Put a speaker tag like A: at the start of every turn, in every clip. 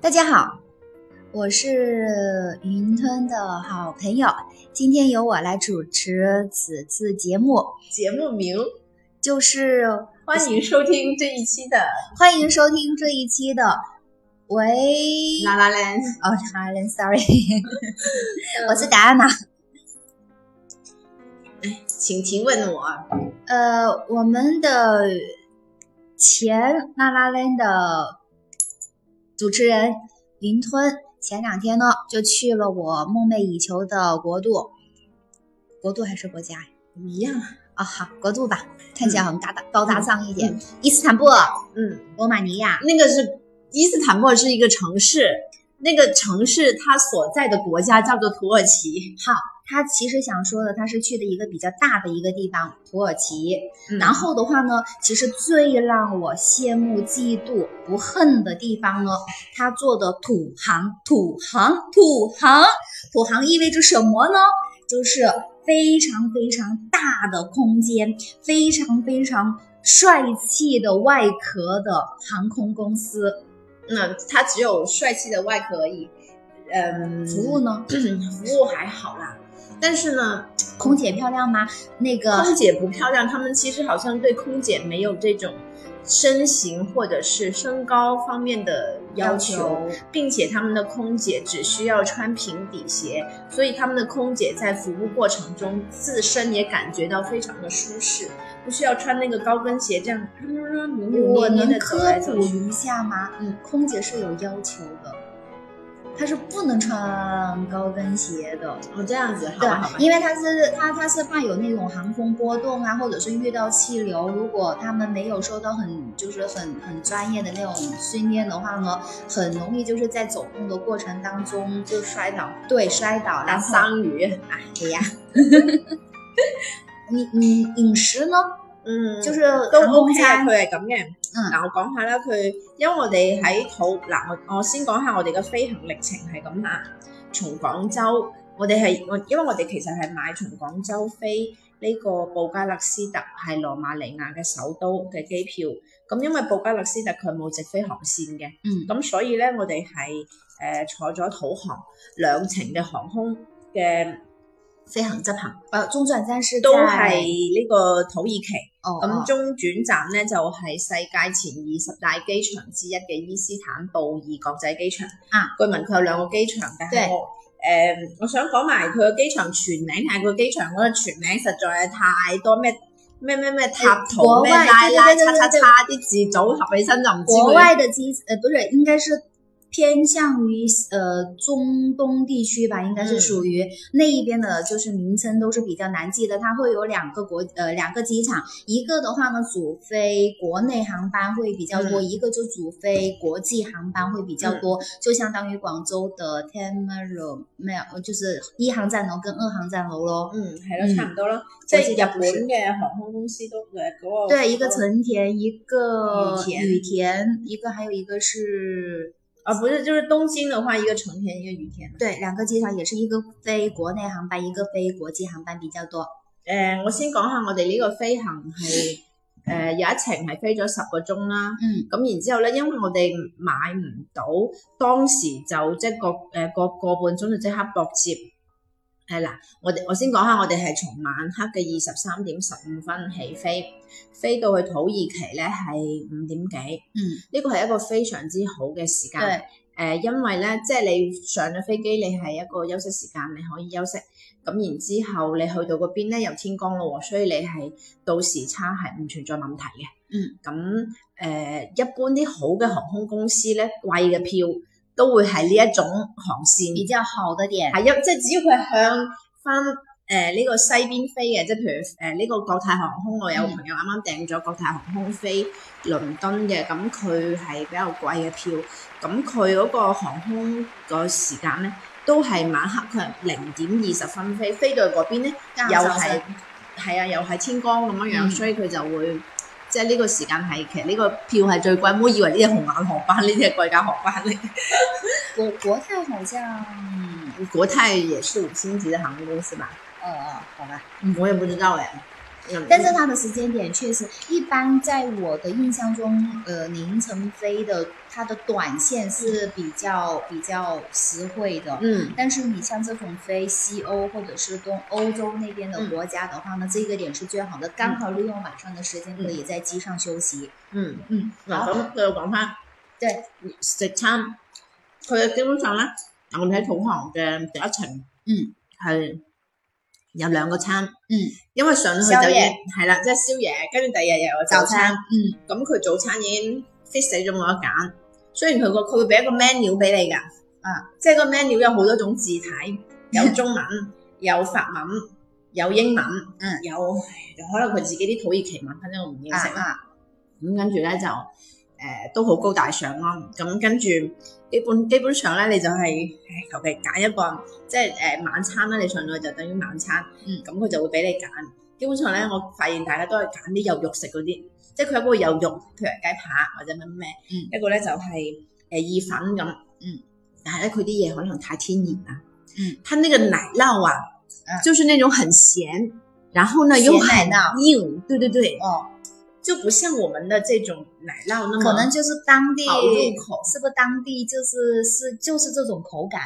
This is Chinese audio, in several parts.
A: 大家好，我是云吞的好朋友，今天由我来主持此次节目，
B: 节目名，
A: 就是
B: 欢迎收听这一 期的
A: 欢迎收听这一期的喂
B: 《La La Land》。
A: 哦 h a r l e n s o r r y
B: 嗯
A: 我是达安娜。
B: 请提问我，
A: 呃，我们的前拉拉链的主持人云吞，前两天呢就去了我梦寐以求的国度，国度还是国家呀？
B: 一样啊。
A: 啊、好，国度吧，看起来很大大高大上一点，伊斯坦布尔、
B: 嗯，
A: 罗马尼亚。
B: 那个是伊斯坦布尔是一个城市，那个城市它所在的国家叫做土耳其。
A: 他其实想说的，他是去的一个比较大的一个地方，土耳其。然
B: 然后
A: 后的话呢，其实最让我羡慕、嫉妒、不恨的地方呢，他做的土航、土航、土航、土航意味着什么呢？就是非常非常大的空间，非常非常帅气的外壳的航空公司。
B: 那它只有帅气的外壳而已，嗯，
A: 服务呢？
B: 服务还好啦，但是呢，
A: 空姐漂亮吗？那个
B: 空姐不漂亮，她们其实好像对空姐没有这种身形或者是身高方面的要求，并且他们的空姐只需要穿平底鞋，所以他们的空姐在服务过程中自身也感觉到非常的舒适，不需要穿那个高跟鞋这样啊扭扭
A: 我
B: 捏捏
A: 能
B: 的走
A: 科
B: 来走
A: 普
B: 去。
A: 一下吗？
B: 嗯，
A: 空姐是有要求的，她是不能穿高跟鞋的。
B: 哦，这样子，好
A: 对
B: 吧，好，吧。
A: 因为她是她她是怕有那种航空波动啊，或者是遇到气流，如果他们没有受到很就是很很专业的那种训练的话呢，很容易就是在走动的过程当中就摔倒，对，摔倒，
B: 打
A: 然后
B: 桑榆，
A: 哎呀，你你饮食呢，
B: 嗯，
A: 就是
B: 都
A: 航空
B: OK 啊，
A: 餐，
B: 佢係咁嘅。
A: 嗯
B: 嗱，我講下啦，佢因為我哋喺土嗱，我我先講下我哋嘅飛行歷程係咁啊。從廣州，我哋係我因為我哋其實係買從廣州飛呢個布加勒斯特係羅馬尼亞嘅首都嘅機票。咁因為布加勒斯特佢冇直飛航線嘅，
A: 嗯
B: 咁所以咧我哋係誒坐咗土航兩程嘅航空嘅飛行執行，
A: 呃，中转站是
B: 都
A: 在
B: 係呢個土耳其。
A: 哦，
B: 咁
A: 哦
B: 中轉站咧就係、世界前二十大機場之一嘅伊斯坦布爾國際機場。
A: 啊，
B: 據聞佢有兩個機場，但係我誒、我想講埋佢個機場全名，但係佢個機場嗰個全名實在係太多咩咩咩咩塔
A: 國
B: 圖咩
A: 外
B: 拉
A: 對
B: 拉
A: 對
B: 叉
A: 對
B: 叉
A: 對
B: 叉啲字組合起身就唔知
A: 国
B: 佢
A: 外的机呃不是，应该是偏向于呃中东地区吧，应该是
B: 嗯
A: 属于那一边的，就是名称都是比较难记的。它会有两个国呃两个机场，一个的话呢主飞国内航班会比较多，
B: 嗯
A: 一个就主飞国际航班会比较多，就相当于广州的 t e m e r o 没有，就是一航站楼跟二航站楼咯。
B: 嗯係
A: 嗯
B: 咯，差唔多咯，即
A: 我
B: 係
A: 記得
B: 日本嘅航空公司都誒嗰個
A: 对，一个成田，一个
B: 羽田
A: 羽田，一个还有一个是
B: 啊，不是，就是東京嘅話，一個成田，一個羽田。
A: 对，两个机场也是一个飞国内航班，一个飞国际航班比较多。
B: 誒、呃我先講下我哋呢個飛行係誒、呃有一程係飛咗十個鐘啦。
A: 嗯
B: 咁然之後咧，因為我哋買唔到，當時就即係個誒個個半鐘就即刻駁接。係啦，我哋我先講下，我哋係從晚黑嘅二十三點十五分起飛，飛到去土耳其咧係五點幾，
A: 嗯，
B: 呢個係一個非常之好嘅時間。
A: 对，
B: 誒、因為咧，即係你上咗飛機，你係一個休息時間，你可以休息。咁然之後，你去到嗰邊咧又天光咯喎，所以你係到時差係唔存在問題嘅。
A: 嗯。
B: 咁誒、呃一般啲好嘅航空公司咧，貴嘅票都會係呢一種航
A: 比
B: 線，
A: 较好的点。
B: 係一即係只要佢係向翻誒呢個西邊飛嘅，即係譬如誒呢、個國泰航空，我有
A: 嗯
B: 朋友啱啱訂咗國泰航空飛倫敦嘅，咁佢係比較貴嘅票。咁佢嗰個航空個時間咧，都係晚黑佢零點二十分飛，飛到去嗰邊咧
A: 但
B: 又
A: 早
B: 係
A: 晨
B: 係啊，又係天光咁樣樣，
A: 嗯
B: 所以佢就會即係呢個時間係其實呢個票係最貴，唔好以為呢啲係紅眼航班，呢啲係貴價航班嚟。
A: 国国泰好像，嗯
B: 國泰也是五星級嘅航空公司吧？
A: 呃，好吧，
B: 我也不知道哎，嗯
A: 但是它的时间点确实，一般在我的印象中，呃，宁晨飞的它的短线是比较比较实惠的。
B: 嗯
A: 但是你像这种飞西欧或者是东欧洲那边的
B: 嗯
A: 国家的话呢，这个点是最好的，刚好利用晚上的时间可以在机上休息。
B: 嗯
A: 嗯，
B: 嗱咁佢又講翻，
A: 對
B: 食餐，佢基本上咧，我哋喺土航嘅第一層，
A: 嗯，
B: 係有兩個餐，
A: 嗯，
B: 因為上去
A: 宵
B: 就已
A: 夜
B: 係啦，即係宵夜，跟住第二日又有早餐，
A: 嗯，
B: 咁佢早餐已經 fix 死咗我一揀。雖然佢個佢會俾一個 menu 俾你㗎，啊，即係個 menu 有好多種字體，有中文，有法文，有英文，
A: 嗯，
B: 有可能佢自己啲土耳其文，反正我唔認
A: 啊
B: 識啦。
A: 啊，
B: 咁跟住咧就誒、呃都好高大上咯。咁跟住基本基本上咧，你就係唉求其揀一個，即係誒、呃晚餐啦。你上到去就等於晚餐，
A: 嗯
B: 咁佢、就會俾你揀。基本上咧，我發現大家都係揀啲有肉食嗰啲，即係佢一個有肉，譬如雞扒或者乜咩，
A: 嗯
B: 一個咧就係誒意粉咁，
A: 嗯，
B: 但係咧佢啲嘢可能太天然啦，
A: 嗯，
B: 它那個奶酪啊，
A: 嗯
B: 就是那種很鹹，然後呢又
A: 鹹
B: 很
A: 奶酪
B: 硬，对对对，
A: 哦，
B: 就不像我们的这种奶酪那么
A: 可能就是当地
B: 好入口。
A: 是不是当地就是是就是这种口感？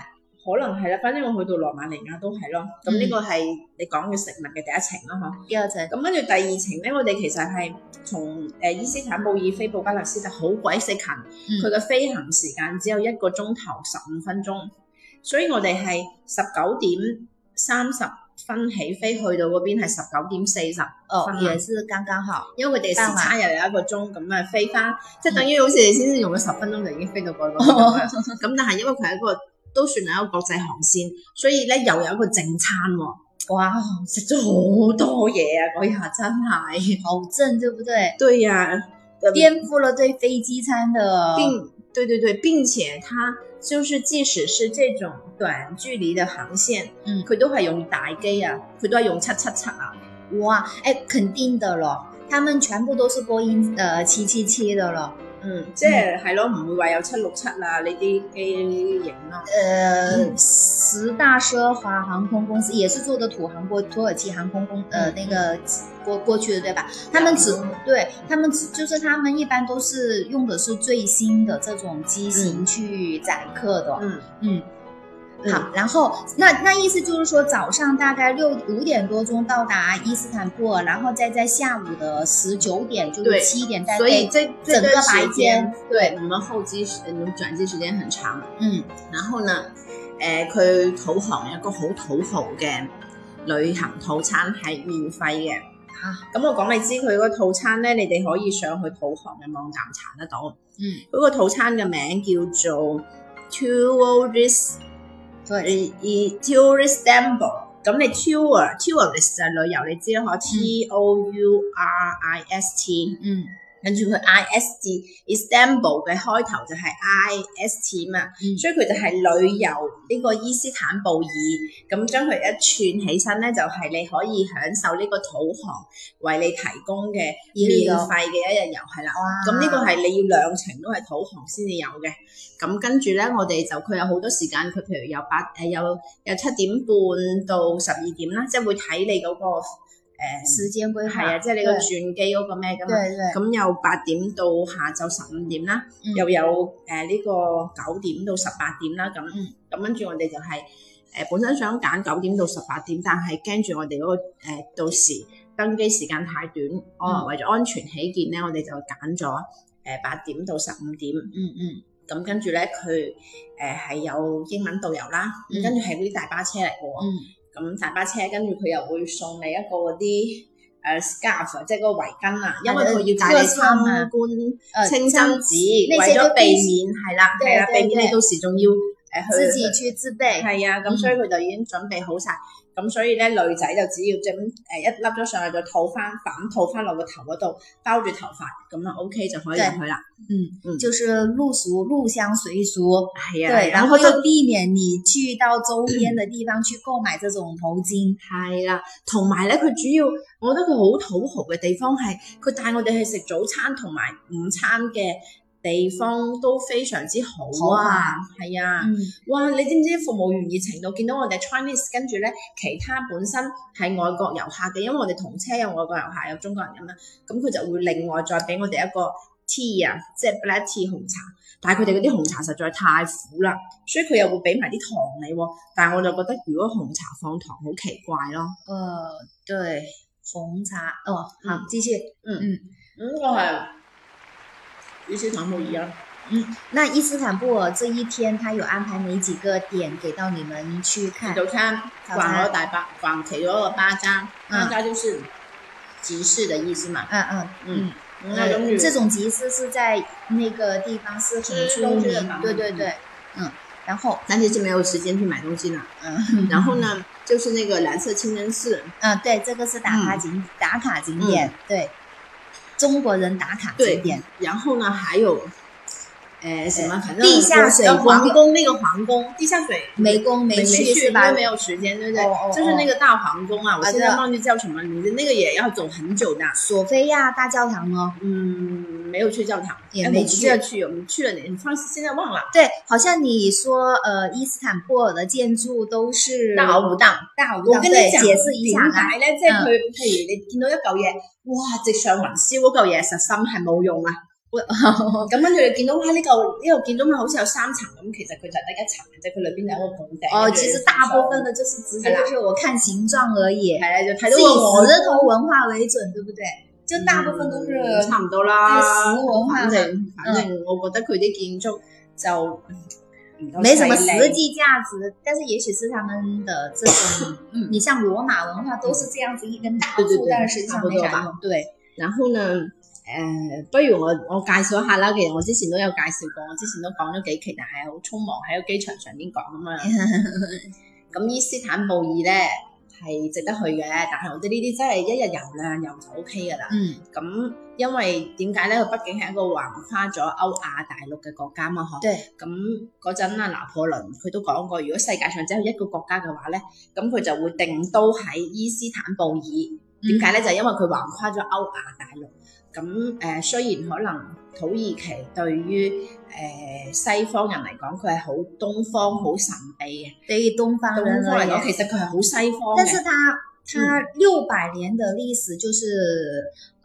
B: 可能係啦，反正我去到羅馬尼亞都係咯。咁呢
A: 嗯
B: 個係你講嘅食物嘅第一程啦，嗬。
A: 第二层，
B: 咁跟住第二程咧，我哋其實係從誒呃伊斯坦布爾飛布加勒斯就好鬼死近，
A: 嗯
B: 佢嘅飛行時間只有一個鐘頭十五分鐘，所以我哋係十九點三十分起飛去到嗰邊係十九點四十。
A: 哦
B: 饭，
A: 也是刚刚好。
B: 因為佢哋時差又有一個鐘，咁啊飛翻，即係等於好似你先至用咗十分鐘就已經飛到過去咁樣咁但係因為佢係一個都算係一個國際航線，所以咧又有一個正餐喎，
A: 哇，
B: 食咗好多嘢啊！嗰下真 係，
A: 好正，对不对？
B: 對呀、嗯
A: 颠覆了对飞机餐的
B: 并对对对，并且它就是即使是這種短距離嘅航線，
A: 嗯
B: 佢都係用大機啊，佢都係用七七七啊，
A: 哇，哎，肯定的咯，他们全部都是波音呃七七七的了。
B: 嗯，即係係咯，唔會話有七六七啊呢啲機型咯。
A: 呃，
B: 嗯
A: 十大奢华航空公司也是做的土航过土耳其航空公呃
B: 嗯
A: 那个过过去的对吧？他们只
B: 嗯
A: 对他们只就是他们一般都是用的是最新的这种机型去载客的，
B: 嗯。
A: 嗯。
B: 嗯
A: 好，然后那那意思就是说，早上大概六五点多钟到达伊斯坦布尔，然后再在下午的十九点，就是
B: 对
A: 七点再
B: 所以
A: 飞。
B: 这
A: 整个白天，
B: 对我们候机时，嗯转机時間很長。
A: 嗯
B: 然後呢，誒、佢土航有一個好土豪嘅旅行套餐係免費嘅。
A: 啊，
B: 咁我講你知佢嗰個套餐咧，你哋可以上去土航嘅網站查得到。
A: 嗯，
B: 嗰個套餐嘅名叫做 Tourist
A: 对，
B: 誒 Tourist Temple。咁你 tour tourist 就係旅遊，你知啦，可 T O U R I S T。
A: 嗯
B: 跟住佢 IST Istanbul 嘅開頭就係 IST 嘛，
A: 嗯
B: 所以佢就係旅遊呢個伊斯坦布爾，咁將佢一串起身咧，就係、你可以享受呢個土航為你提供嘅免費嘅一日遊係啦。
A: 哇，
B: 咁呢個係你要兩程都係土航先至有嘅。咁跟住咧，我哋就佢有好多時間，佢譬如有八誒、有有七點半到十二點啦，即係會睇你嗰、個誒
A: 时间规划
B: 係啊，即係你個
A: 对
B: 轉機嗰個咩㗎嘛。
A: 对对，
B: 咁有八點到下晝十五點啦，
A: 嗯
B: 又有誒呢個九點到十八點啦，咁
A: 嗯
B: 咁跟住我哋就係、誒、本身想揀九點到十八點，但係驚住我哋嗰、個、誒到時登機時間太短，我、
A: 嗯
B: 為咗安全起見咧，我哋就揀咗誒八點到十五點。
A: 嗯嗯
B: 咁跟住咧，佢誒係有英文導遊啦，
A: 嗯
B: 跟住係嗰啲大巴車嚟嘅喎。
A: 嗯。
B: 咁大巴車，跟住佢又會送你一個嗰啲誒 scarf，即係嗰個圍巾啊，因為佢要帶你參觀
A: 呃
B: 清真
A: 像
B: 寺，
A: 那
B: 為
A: 些
B: 咗
A: 都
B: 避
A: 必須
B: 免係啦，
A: 對
B: 係啦，
A: 對
B: 避免你
A: 對
B: 到時仲要呃誒去
A: 自己去自备。
B: 係啊，
A: 嗯
B: 咁所以佢就已經準備好晒。咁所以咧，女仔就只要即係咁誒一笠咗上去，就套翻反套翻落個頭嗰度，包住頭髮，咁啊 OK 就可以入去啦。嗯
A: 就是入俗入乡随俗，
B: 係啊，
A: 对，然
B: 然
A: 后
B: 後就
A: 又避免你去到周边的地方去购买这种头巾，
B: 係啦，同埋咧，佢主要我覺得佢好土豪嘅地方係，佢帶我哋去食早餐同埋午餐嘅地方都非常之好啊，係啊。
A: 嗯，
B: 哇！你知唔知服務員熱情到見到我哋 Chinese，跟住咧其他本身係外國遊客嘅，因為我哋同車有外國遊客，有中國人咁啦，咁佢就會另外再俾我哋一個 tea 啊，即係 black tea 紅茶。但係佢哋嗰啲紅茶實在太苦啦，所以佢又會俾埋啲糖你喎。但係我就覺得如果紅茶放糖好奇怪咯。
A: 呃，对，紅茶哦，好
B: 嗯，
A: 继续。
B: 咁我係與少糖冇異啦。
A: 那伊斯坦布尔这一天，他有安排哪幾個點給到你們去看？
B: 早餐
A: 早
B: 逛咗
A: 餐，
B: 大巴，逛其中一個巴扎，巴
A: 嗯
B: 扎就是集市的意思嘛。
A: 嗯嗯
B: 嗯
A: 嗯，
B: 咁啊跟
A: 呃，
B: 住
A: 這種集市是在那個地方是很
B: 吃
A: 出
B: 东西的
A: 名，
B: 嘛
A: 對對
B: 嗯
A: 對，嗯，然後
B: 但是是没有时间去买东西的。
A: 嗯，
B: 然后呢，就是那个蓝色清真寺，
A: 嗯，对，这个是打卡景、打卡景
B: 嗯
A: 点，对，中国人打卡景点，
B: 然后呢还有，呃，什么，反正
A: 地下水
B: 呃皇
A: 宫
B: 宫那个皇宫，地下水
A: 湄公没
B: 没
A: 去
B: 去，
A: 是
B: 因
A: 吧
B: 为？没有时间，对不对？
A: 哦哦
B: 就是那个大皇宫啊，我现在
A: 对
B: 忘记叫什么名字，那个也要走很久的。
A: 索菲亚大教堂哦，
B: 嗯，没有去教堂，
A: 也
B: 哎
A: 没
B: 我不
A: 去
B: 记得去，我们去了哪？你放心，现在忘了。
A: 对，好像你说呃，伊斯坦布尔的建筑都是
B: 大而無當，
A: 大而无
B: 我
A: 当，
B: 跟你
A: 对，
B: 講
A: 解釋一
B: 點
A: 下啊，
B: 解咧？即係佢，譬如你見到一嚿嘢，哇！直上雲霄嗰嚿嘢，實心係冇用啊。會咁跟住你見到哇呢嚿呢嚿見到咪好似有三層咁，其實佢就得一層嘅啫，佢裏邊有一個拱頂。
A: 哦，其實大部分
B: 嘅
A: 的就是直接
B: 是啦
A: 就是我看形狀而已，
B: 係啦，啊就
A: 是
B: 睇到
A: 以
B: 個外
A: 石頭文化為準，對不對？就大部分都是
B: 嗯差唔多啦。
A: 石文化
B: 反
A: 嘛，
B: 正反正，
A: 嗯
B: 我覺得佢啲建築就嗯唔夠
A: 没什么
B: 犀利
A: 实际价值，但是也许是他们的这 种，嗯你像罗马文化都是这样子一根大
B: 对对
A: 柱
B: 对，
A: 但是实际上没啥用。
B: 對，然後呢，誒、不如我我介紹下啦。其實我之前都有介紹過，我之前都講咗幾期，但係好匆忙喺個機場上邊講咁 嘛。咁伊斯坦布爾咧係值得去嘅，但係我哋呢啲真係一日遊兩日遊就 O K 噶啦。
A: 嗯，
B: 咁因為點解咧？佢畢竟係一個橫跨咗歐亞大陸嘅國家嘛，嗬。
A: 對，
B: 咁嗰陣啊，拿破崙佢都講過，如果世界上只有一個國家嘅話咧，咁佢就會定都喺伊斯坦布爾。點
A: 嗯
B: 解咧？就因為佢橫跨咗歐亞大陸。咁誒、呃雖然可能土耳其對於誒、呃西方人嚟講，佢係好東方、好神秘嘅。
A: 对于嗯东方人嗯
B: 東方
A: 而
B: 嚟講，
A: 言，
B: 其實佢係好西方
A: 但
B: 嘅。
A: 是它它六百年的历史就是。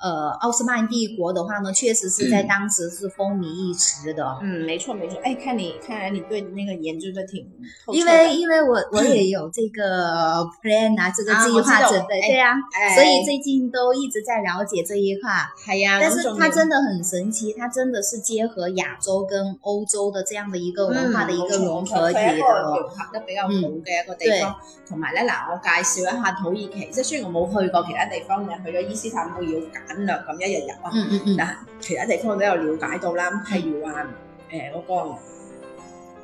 A: 呃，奥斯曼帝国的话呢，确实是在当时是风靡一时的，
B: 嗯，沒錯沒錯。誒、看你，看來你對那個研究得挺透徹的
A: 因为因为 我我也有这个 plan 啊，这个
B: 啊
A: 计
B: 我知道
A: 划准备，
B: 哎
A: 对啊，
B: 誒
A: 所以最近都一直在了解这一块。
B: 係啊，
A: 但
B: 咁
A: 是
B: 仲
A: 它
B: 要
A: 真的很神奇，它真的是结合亚洲跟欧洲的这样的一个文化的一个融合
B: 嗯佢係
A: 体
B: 一
A: 的
B: 個
A: 哦。
B: 融合得比較好嘅一個地
A: 嗯
B: 方。同埋咧，嗱，我介紹一下土耳其，即係雖然我冇去過其他地方嘅，去咗伊斯坦布爾簡略咁一日遊啊，
A: 嗯嗯嗯，
B: 但係其他地方都有了解到啦。譬如話誒嗰個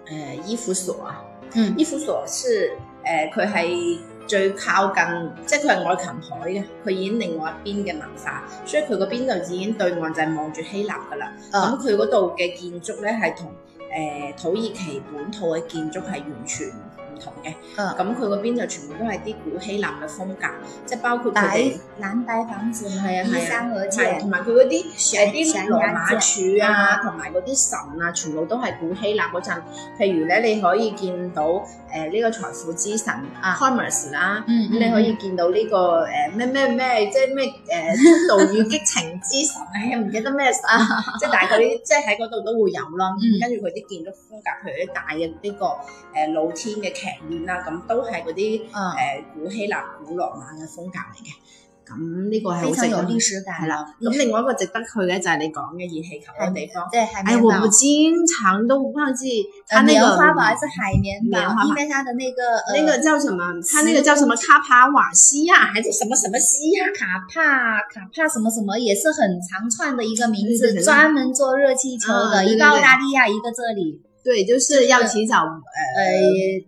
B: 誒伊夫索啊，
A: 嗯
B: 伊夫索是誒佢係。最靠近，即係佢係愛琴海嘅，佢已經另外一邊嘅文化，所以佢嗰邊就已經對岸就係望住希臘噶啦。咁
A: 呃，
B: 佢嗰度嘅建築咧係同誒土耳其本土嘅建築係完全唔同嘅。
A: 嗯
B: 咁佢嗰邊就全部都係啲古希臘嘅風格，即係包括佢
A: 白
B: 哋
A: 蓝白房子嘛，
B: 係啊
A: 依
B: 係啊，
A: 山而
B: 係
A: 建
B: 同，埋佢嗰啲誒
A: 閃
B: 啲
A: 閃
B: 羅
A: 眼
B: 馬柱啊，同埋嗰啲神啊，全部都係古希臘嗰陣。譬如咧，你可以見到誒呢個財富之神
A: 啊
B: Hermes 啦。
A: 嗯
B: 咁你可以見到呢、個誒咩咩咩，即係咩 誒速度與激情之神，哎呀唔記得咩神，即係大概呢啲，即係喺嗰度都會有咯。
A: 嗯
B: 跟住佢啲建築風格，佢啲大嘅呢個誒露天嘅劇院啊，咁都係嗰啲
A: 嗯，
B: 誒古希臘、古羅馬嘅風格嚟嘅。咁呢個係好
A: 非常
B: 值
A: 有
B: 得
A: 历史
B: 係
A: 感。
B: 啦。咁另外一個值得去嘅就係你講嘅熱氣球嗰個地方。
A: 对，海
B: 哎，
A: 绵
B: 我
A: 堡
B: 不，經常都忘記它
A: 呃
B: 那
A: 棉
B: 個
A: 花堡还是海绵堡
B: 棉花，堡
A: 因为它的那个呃
B: 那个叫什么？它那个叫什么？卡帕瓦西亚还是什么什么西亚？
A: 卡帕卡帕什么什么也是很长串的一个名
B: 对对
A: 字，
B: 对
A: 专门做热气球
B: 啊
A: 的，
B: 对
A: 一
B: 对
A: 个
B: 对
A: 澳大利亚，一个这里，
B: 对，就是要提早
A: 呃，
B: 哎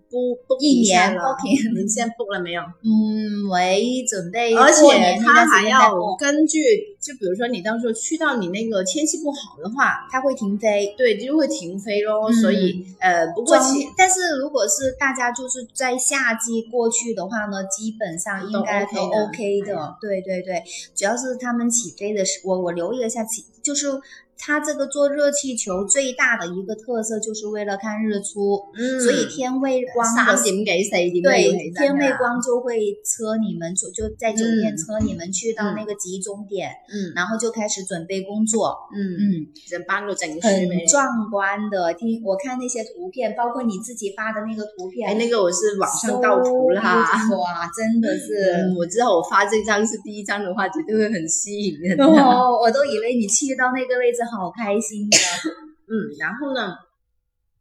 B: 不 b o
A: 一年
B: 了。
A: OK。
B: 您现在 book 了没有？
A: 嗯，喂，准备
B: 而
A: 过年
B: 且
A: 那
B: 它
A: 段时
B: 还
A: 间再
B: 要
A: 播，
B: 根据，就比如说你到时候去到你那个天气不好的话，
A: 它会停飞。
B: 对，就会停飞咯。
A: 嗯
B: 所以呃，不
A: 过
B: 过其
A: 去，但是如果是大家就是在夏季过去的话呢，基本上应该
B: 都
A: 都
B: OK
A: OK
B: 的
A: 的。对对对，主要是他们起飞的时，我我留意了一下起，就是它这个做热气球最大的一个特色就是为了看日出，
B: 嗯
A: 所以天未光的
B: 三点几四点
A: 对，
B: 天
A: 天未，光就会车你们就就在酒店车你们去到那个集中点，
B: 嗯
A: 然后就开始准备工作，
B: 嗯，
A: 嗯，
B: 人搬到整个市
A: 很
B: 没？
A: 壮观的。听我看那些图片，包括你自己发的那个图片，
B: 哎，那个我是网上盗图啦。
A: 搜哇，真的是。
B: 嗯，我知道我发这张是第一张的话，绝对会很吸引人的。啊
A: 哦，我都以为你去到那个位置好开心的，
B: 嗯，然後呢，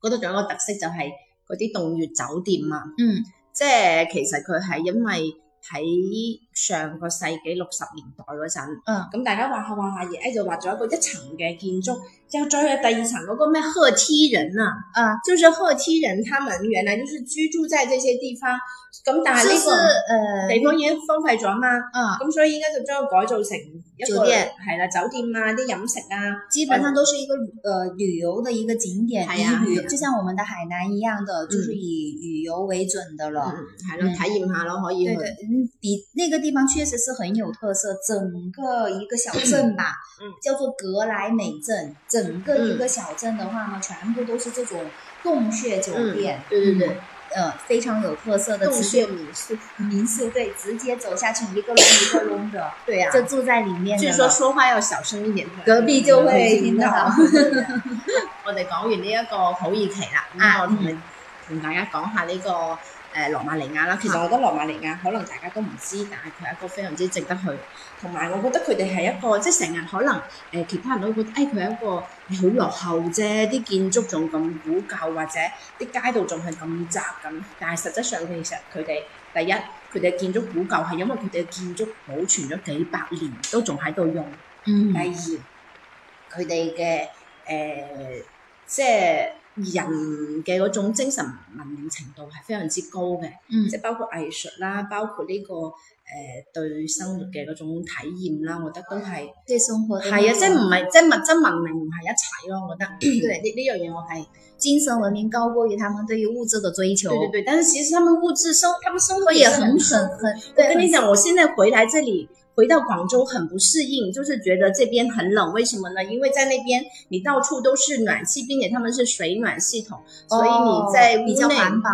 B: 嗰度仲有一個特色就係嗰啲洞穴酒店啊，
A: 嗯，
B: 即係其實佢係因為喺上個世紀六十年代嗰陣，
A: 嗯，
B: 咁大家畫下畫下嘢，哎就畫咗一個一層嘅建築，之後再去第二層嗰個咩赫梯人啊，
A: 啊，
B: 就是赫梯人，他們原來就是居住在這些地方，咁但係
A: 就
B: 呢
A: 是
B: 個
A: 呃，
B: 地方已經荒廢咗嘛，
A: 啊，
B: 咁所以應該就將佢改造成一個
A: 酒店，
B: 係啦，酒店啊，啲飲食啊。
A: 基本上都是一个旅呃旅游的一个景点，
B: 哎
A: 以
B: 呀
A: 旅
B: 哎呀
A: 就像我们的海南一样的，就是以旅游为准的了。
B: 嗯，係咯，
A: 嗯
B: 體驗下咯，可以去
A: 对。对，嗯，比那个地方确实是很有特色，整个一个小镇吧，
B: 嗯，
A: 叫做格莱美镇，整个一个小镇的话呢，全部都是这种洞穴酒店，
B: 对对对，
A: 呃，非常有特色的
B: 嗯洞
A: 直接
B: 穴民宿，
A: 民宿，对，直接走下去一个窿一个窿的，
B: 对呀、
A: 就住在里面
B: 嗯据
A: 的
B: 说
A: 了，
B: 说话要小声一點，
A: 隔壁就会听到
B: 到。。我哋講完呢一個土耳其啦，咁、
A: 啊
B: 我同你同大家講下呢、個誒、呃、羅馬尼亞啦。其實我覺得羅馬尼亞可能大家都唔知，但係佢係一個非常之值得去，同埋我覺得佢哋係一個即係成日可能誒、呃其他人都會覺得誒佢係一個誒好落後啫，啲建築仲咁古舊，或者啲街道仲係咁窄咁，但係實質上其實佢哋第一。佢哋嘅建築古舊係因為佢哋嘅建築保存咗幾百年，都仲喺度用。
A: 嗯
B: 第二，佢哋嘅誒，即係人嘅嗰種精神文明程度係非常之高嘅，
A: 嗯
B: 即係包括藝術啦，包括呢、個誒、對生活嘅嗰種體驗啦，我覺得都係
A: 对生活的
B: 係啊，
A: 那
B: 即係
A: 种
B: 唔係即係物質文明唔係一齊咯，我覺得
A: 對
B: 呢呢樣嘢我係
A: 精神文明高过于他们對於物質的追求，
B: 對對對，但是其實他們物質生，他們生活
A: 也
B: 是
A: 很很很
B: 我
A: 对，
B: 跟你讲，我现在回来这里，回到广州很不适应，就是觉得这边很冷。为什么呢？因为在那边你到处都是暖气，并且他们是水暖系统，所以你在
A: 哦
B: 屋
A: 比较
B: 内、
A: 环保，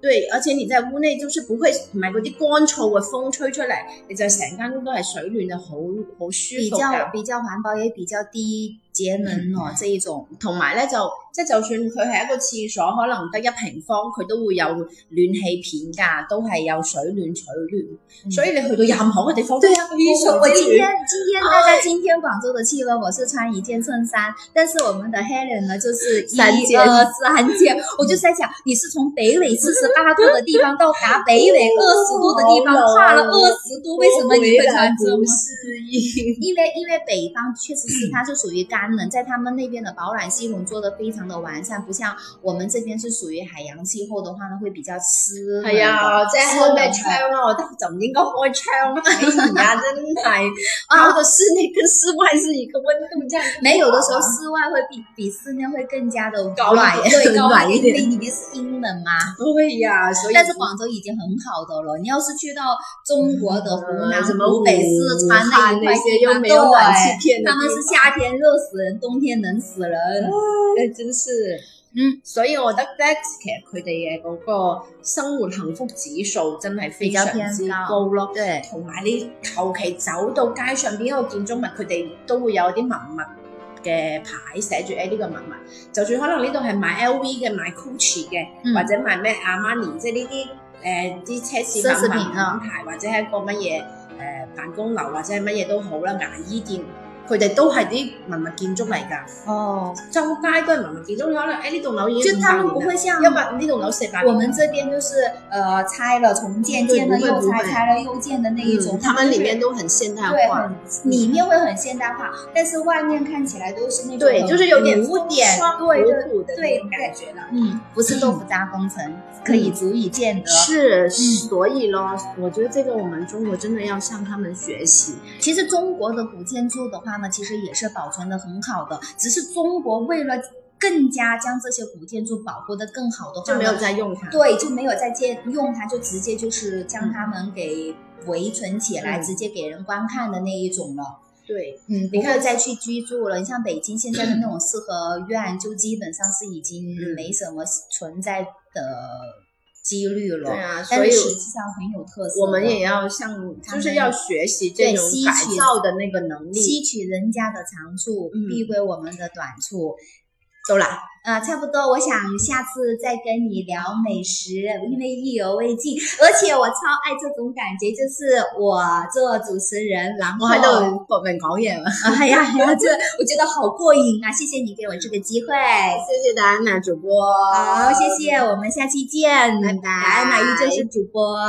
B: 对，而且你在屋内就是不会唔係嗰啲乾燥嘅風吹出嚟，你就成間屋都係水暖，就好好舒
A: 比
B: 服
A: 较
B: 㗎。
A: 比較環保，也比較低節
B: 嗯
A: 能哦，这一种
B: 同埋咧就啊即係就算佢係一個廁所，可能得一平方，佢都會有暖氣片㗎，都係有水暖取暖。
A: 嗯
B: 所以你去到任何嘅地方都
A: 对
B: 非
A: 呀、
B: 常之
A: 我
B: 暖，
A: 我今天今天
B: 哎
A: 大概今天广州的气温，我是穿一件衬衫，但是我们的 Helen 呢就是
B: 三
A: 一
B: 件
A: 二三件，我就在想，你是从北纬四十八度的地方到达北纬二十度的地方，
B: 好冷哦
A: 跨了二十度，为什么你会穿这么
B: 适应？
A: 因为因为北方确实 是它是属于干冷，在他们那边的保暖系统做得非常的完善，不像我们这边是属于海洋气候的话呢，会比较湿。
B: 係啊，即係開咩
A: 窗？
B: 窗啊？我覺得就唔應該開窗啦。 哎呀，真係啊搞到室內跟室外是一個温度 這樣。
A: 没有的时候，室外会比比室内会更加的
B: 高
A: 暖，
B: 一点
A: 对，高
B: 暖一点
A: 因为里面是阴冷嘛。
B: 對呀，所以
A: 但是广州已经很好的了，你要是去到中国的湖南、
B: 呃什么
A: 湖北、四川那一
B: 那
A: 块
B: 些
A: 地
B: 又
A: 方，
B: 沒有暖氣
A: 对
B: 片的
A: 他
B: 地方，
A: 们是夏天热死人，冬天冷死人。
B: 唉真是，
A: 嗯，
B: 所以我覺得咧，其實佢哋嘅嗰個生活幸福指數真係非常之
A: 比較偏
B: 高咯。
A: 对，
B: 同埋你求其走到街上邊一個建築物，佢哋都會有啲文物嘅牌寫住誒呢個文物。就算可能呢度係賣 LV 嘅、賣 Gucci 嘅，
A: 嗯
B: 或者賣咩阿瑪尼，即係呢啲誒啲奢
A: 奢侈
B: 侈品
A: 品啊
B: 品牌，或者係一個乜嘢誒辦公樓，或者係乜嘢都好啦，牙醫店。佢哋都係啲文物建築嚟㗎，
A: 哦，
B: 周街都係文物建築。你可能誒呢棟樓已
A: 就
B: 經
A: 他们不會像
B: 一百啊呢棟樓四百
A: 我
B: 年，
A: 们这边就是呃拆了重建，
B: 对
A: 建了
B: 不会
A: 又
B: 不
A: 拆，
B: 会
A: 拆了又建的那一种，
B: 他们
A: 就是
B: 裡面嗯都很現代
A: 对
B: 化。
A: 很里面会很现代化，但是外面看起来都是那种
B: 对，
A: 很
B: 就是有点
A: 古典，对
B: 对
A: 对，
B: 古的
A: 对
B: 那种感觉了。
A: 嗯，不是豆腐渣工程
B: 嗯
A: 可以足以见得。
B: 是，嗯所以咯，我觉得这个我们中国真的要向他们学习。
A: 其实中国的古建筑的话呢，其实也是保存的很好的，只是中国为了更加将这些古建筑保护的更好的话
B: 就
A: 呢，
B: 没有再用它。
A: 对，就没有再借用它，就直接就是将它们给。维存起来，
B: 嗯
A: 直接给人观看的那一种了。
B: 对，
A: 嗯，不会再去居住了。你像北京现在的那种四合院，就基本上是已经
B: 嗯
A: 没什么存在的几率了。
B: 对啊，所
A: 但
B: 以
A: 是实际上很有特色的，
B: 我们也要像，
A: 他
B: 就是
A: 们
B: 要学习这
A: 对
B: 种
A: 吸
B: 改
A: 取
B: 造的那个能力。
A: 吸取人家的长处，
B: 嗯
A: 避讳我们的短处。走了，呃，差不多。我想下次再跟你聊美食，因为意犹未尽，而且我超爱这种感觉，就是我做主持人，然后
B: 我喺度搏命講嘢 啦，
A: 哎呀 哎呀，这我觉得好过瘾啊！谢谢你给我这个机会，
B: 謝謝戴安娜主播，
A: 好，谢谢，我们下期见，
B: 拜拜
A: 安娜依旧是主播。